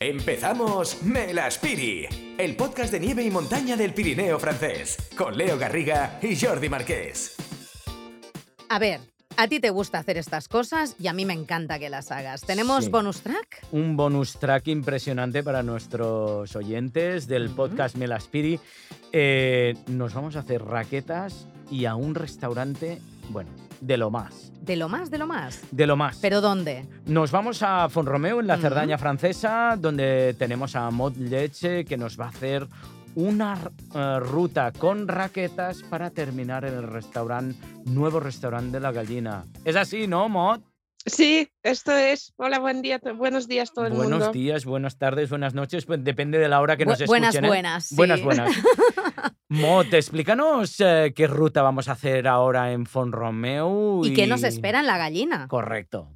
Empezamos Melaspiri, el podcast de nieve y montaña del Pirineo francés, con Leo Garriga y Jordi Marqués. A ver, a ti te gusta hacer estas cosas y a mí me encanta que las hagas. ¿Tenemos Sí. bonus track? un bonus track impresionante para nuestros oyentes del Ujú. podcast Melaspiri. Eh, nos vamos a hacer raquetas y a un restaurante, bueno, de lo más. De lo más, de lo más. De lo más. ¿Pero dónde? Nos vamos a Fonromeo, en la Ujú. Cerdaña francesa, donde tenemos a Mod Leche, que nos va a hacer una eh, ruta con raquetas para terminar en el restaurante, nuevo restaurante de la gallina. Es así, ¿no, Mod? Sí, esto es. Hola, buen día, to- buenos días todo el Buenos mundo. días, buenas tardes, buenas noches, pues depende de la hora que nos Bu- escuchen. buenas, ¿eh? buenas, sí. Buenas, buenas. Mot, explícanos eh, qué ruta vamos a hacer ahora en Fonromeu. ¿Y qué nos espera en la gallina? Correcto.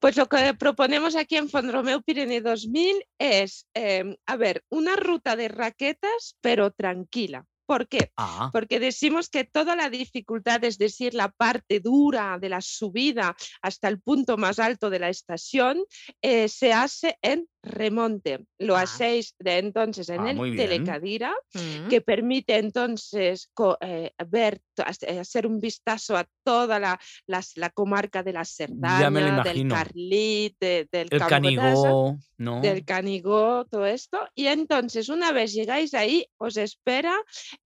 Pues lo que proponemos aquí en Fondromeu Pirineo 2000 es, em, a ver, una ruta de raquetas, pero tranquila. ¿Por qué? Ah, Porque decimos que toda la dificultad, es decir, la parte dura de la subida hasta el punto más alto de la estación, eh, se hace en remonte. Lo Ah. hacéis de entonces en Ah, muy el bien. telecadira. Mm. que permite entonces co- eh, ver, to- as- eh, hacer un vistazo a toda la, las- la comarca de la me lo Cerdaña, del imagino. Carlit, de- del el Campo de Asa, canigó, ¿no? Pues, del Canigó, todo esto. Y entonces, una vez llegáis ahí, os espera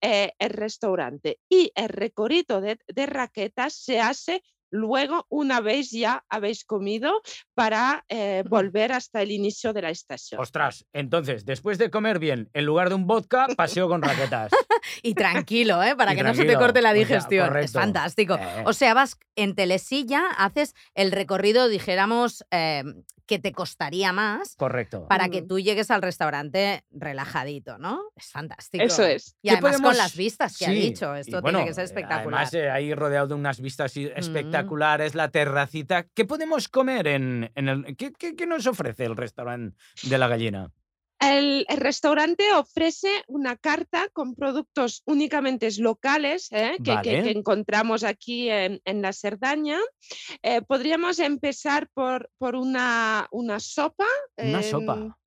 eh, el restaurante. Y el recorrido de, de raquetas se hace luego, una vez ya habéis comido, para eh, Mm. volver hasta el inicio de la estación. Ostras, entonces, después de comer bien, en lugar de un vodka, paseo con raquetas. Y tranquilo, ¿eh? Para Y que no se te tranquilo, corte la o sea, digestión. es correcto. fantástico. Eh, O sea, vas en telesilla, haces el recorrido, dijéramos, eh, que te costaría más correcto. para que Ujú. tú llegues al restaurante relajadito, ¿no? Es fantástico. Eso es. Y ¿Qué además con podemos- las vistas que ha Sí, dicho, y esto bueno, tiene que ser eh, espectacular. Mm. Además, eh, ahí rodeado de unas vistas así espectaculares, la terracita. ¿Qué podemos comer en, en el. ¿qué, qué, qué nos ofrece el restaurante de la gallina? El, el restaurante ofrece una carta con productos únicamente locales ¿eh? que, que- Vale. que encontramos aquí en, en la Cerdaña. Eh, podríamos empezar por, por una, una sopa. Una em, sopa.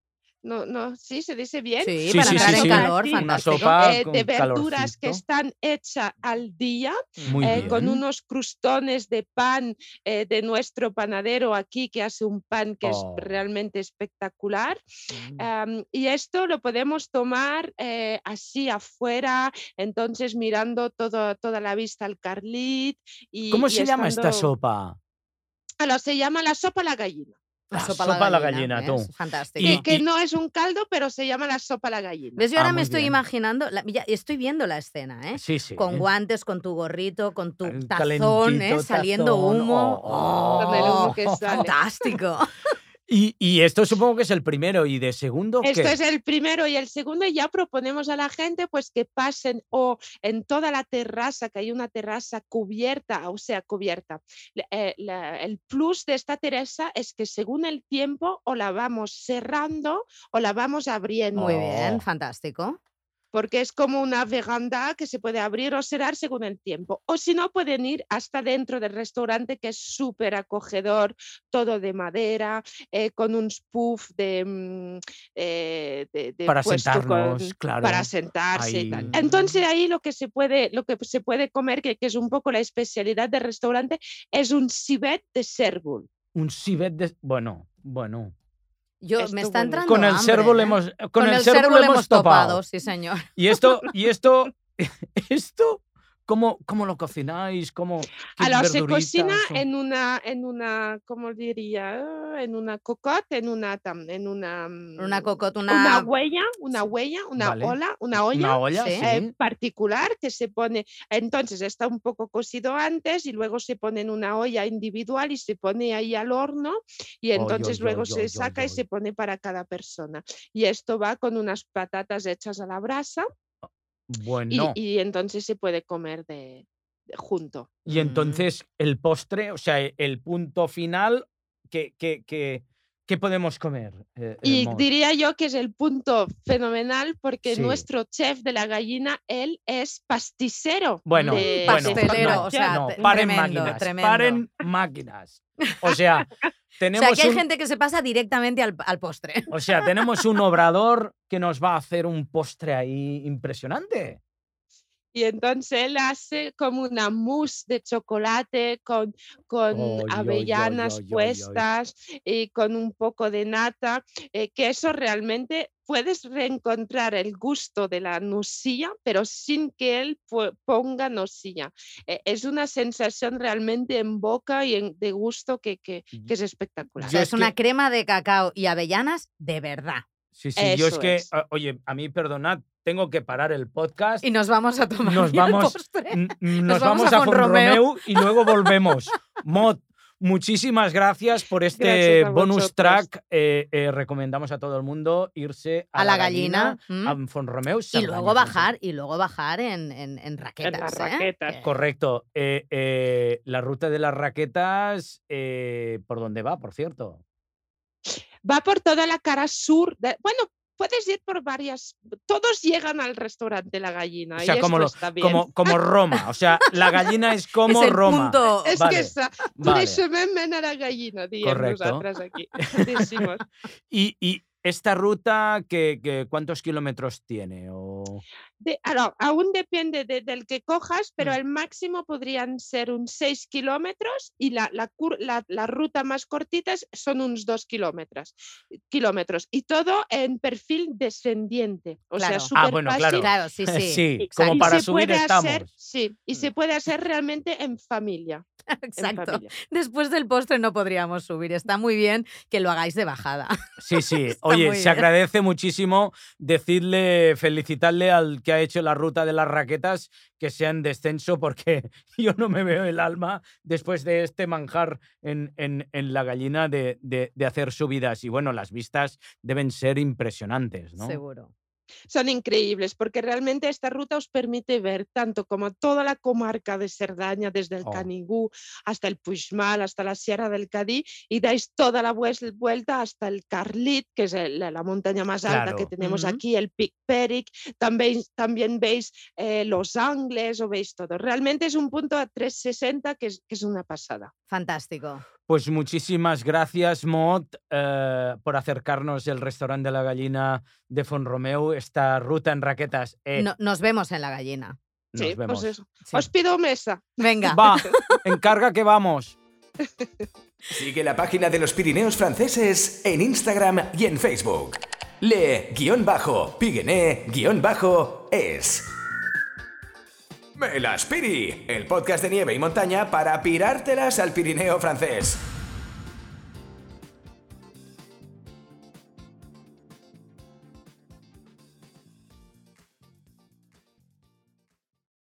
No, no, sí, se dice bien. sí, Sí, para sí, entrar sí, en sí. calor, Una Una fantástico. sopa Eh, con de verduras que calorcito. están hechas al día Muy eh, con bien. unos crustones de pan eh, de nuestro panadero aquí que hace un pan que Oh. es realmente espectacular. Mm. Am, Em, y esto lo podemos tomar eh, así afuera, entonces mirando todo, toda la vista al Carlit. Y, ¿Cómo y se llama esta estando- sopa? Bueno, se llama la sopa a la gallina. La La sopa, sopa a la gallina, ¿ves? tú. Fantástico. Y- que, que no es un caldo, pero se llama la sopa a la gallina. ¿Ves? Yo ahora Ah, me muy estoy bien. Pues imaginando, la- ya estoy viendo la escena, ¿eh? Sí, sí. Con guantes, con tu gorrito, con tu El tazón, ¿eh? calentito saliendo tazón, humo. oh, Con el humo ¡Oh! que sale. fantástico. Y, y esto supongo que es el primero y de segundo Esto ¿qué? es el primero y el segundo y ya proponemos a la gente pues que pasen o en toda la terraza, que hay una terraza cubierta, o sea, cubierta. La- eh, la- el plus de esta terraza es que según el tiempo o la vamos cerrando o la vamos abriendo, Muy Oh. bien, fantástico. porque es como una veranda que se puede abrir o cerrar según el tiempo. O si no, pueden ir hasta dentro del restaurante que es súper acogedor, todo de madera, eh, con un puff de... mm, eh, de- de para puesto sentarnos, con- claro. para sentarse y tal. Ahí. Entonces ahí lo que se puede, lo que se puede comer, que, que es un poco la especialidad del restaurante, es un civet de cérvol. Un civet de... Bueno, bueno. Yo Esto me está huele. entrando Con el hambre, cervo le ¿eh? hemos con, Con el cérvol cérvol hemos topado. sí señor. Y esto y esto esto cómo cómo lo cocináis, cómo qué Alors Ah, se verduritas cocina o- en una, en una, ¿cómo diría? Eh, En una cocotte, en una, tam- en una, Una mm, cocotte, una... una huella, una huella, una Vale. ola, una olla. una olla, Sí. sí. eh, particular que se pone, entonces está un poco cocido antes y luego se pone en una olla individual y se pone ahí al horno y Oy, entonces oy, luego oy, se oy, saca oy, y se oy. pone para cada persona. Y esto va con unas patatas hechas a la brasa y, Bueno. Y, y entonces se puede comer de, de- junto. entonces el postre, o sea, e, el punto final que que que qué podemos comer. Eh, eh, Y Mon? diría yo que es el punto fenomenal porque Sí. nuestro chef de la gallina, él es pasticero. Bueno, de- Un bueno, pastelero, o no, sea, no, te- paren tremendo, máquinas, tremendo. paren máquinas. O O sea, sea, Tenemos aquí hay un- gente que se pasa directamente al, al postre. o sea, tenemos un obrador que nos va a hacer un postre ahí impresionante. Y entonces él hace como una mousse de chocolate con, con Oy, oy, oy, avellanas oy, oy, oy. puestas y con un poco de nata, eh, que eso realmente puedes reencontrar el gusto de la nocilla, pero sin que él pu- ponga nocilla. Eh, es una sensación realmente en boca y en- de gusto que, que- que es espectacular. O sea, Yo es es una que- crema de cacao y avellanas de verdad. Sí, sí, yo es Eso que, es. ah, oye, a mí, perdonad, tengo que parar el podcast. Y nos vamos a tomar Nos el vamos- postre. N- n- Nos Nos vamos vamos, a Font a Font Romeu. Romeu y luego volvemos. Mot, muchísimas gracias por este Gracias a bonus vosotros. track. Eh, eh, recomendamos a todo el mundo irse a, A la gallina. ¿m? a Font Romeu. Y luego Sardaña, bajar, y luego bajar en, en, en raquetas. ¿eh? raquetas, Que- Correcto. Eh, eh, la ruta de las raquetas, eh, ¿por dónde va, por cierto? va por toda la cara sur. de- bueno, puedes ir por varias. Todos llegan al restaurante La Gallina. O sea, y como esto lo- está bien. Como, como Roma. O sea, la gallina es como es el Roma. punto. es vale, que esa, por Vale. eso me ven a la gallina, digamos, Correcto. atrás aquí. Decimos. Y, y esta ruta, que, que- ¿cuántos kilómetros tiene? O... De- ahora, aún depende de- del que cojas, pero Mm. el máximo podrían ser un 6 kilómetros y la, la, cur- la- la ruta más cortita es- son unos 2 kilómetros. kilómetros y todo en perfil descendiente. O Claro. sea, Ah, súper bueno, fácil. claro. Claro, sí, sí. exacto. como Y para se subir puede estamos. Mm. hacer- sí, y se puede hacer realmente en familia. en Exacto. familia. Después del postre no podríamos subir. Está muy bien que lo hagáis de bajada. Sí, sí. Está muy Oye, bien. se agradece muchísimo decirle, felicitarle al que ha hecho la ruta de las raquetas que sea en descenso, porque yo no me veo el alma después de este manjar en, en- en la gallina de, de- de hacer subidas. Y bueno, las vistas deben ser impresionantes, ¿no? Seguro. Son increíbles porque realmente esta ruta os permite ver tanto como toda la comarca de Cerdaña, desde el Oh. Canigú hasta el Puigmal, hasta la Sierra del Cadí y dais toda la vues- vuelta hasta el Carlit, que es el- la, la montaña más alta que Claro. tenemos Ujú. aquí, el Pic Peric, también, también veis eh, los Angles o veis todo. Realmente es un punto a 360 que es- que es una pasada. Fantástico. Pues muchísimas gracias, Mot, eh, por acercarnos el restaurante de la gallina de Fonromeu, esta ruta en raquetas. Eh, No- nos vemos en la gallina. nos Sí, pues vemos. eso. Sí. Os pido mesa. Venga. Va, encarga que vamos. Sigue la página de los Pirineos franceses en Instagram y en Facebook. Le-Pirené-es. Melaspiri, el podcast de nieve y montaña para pirártelas al Pirineo francés.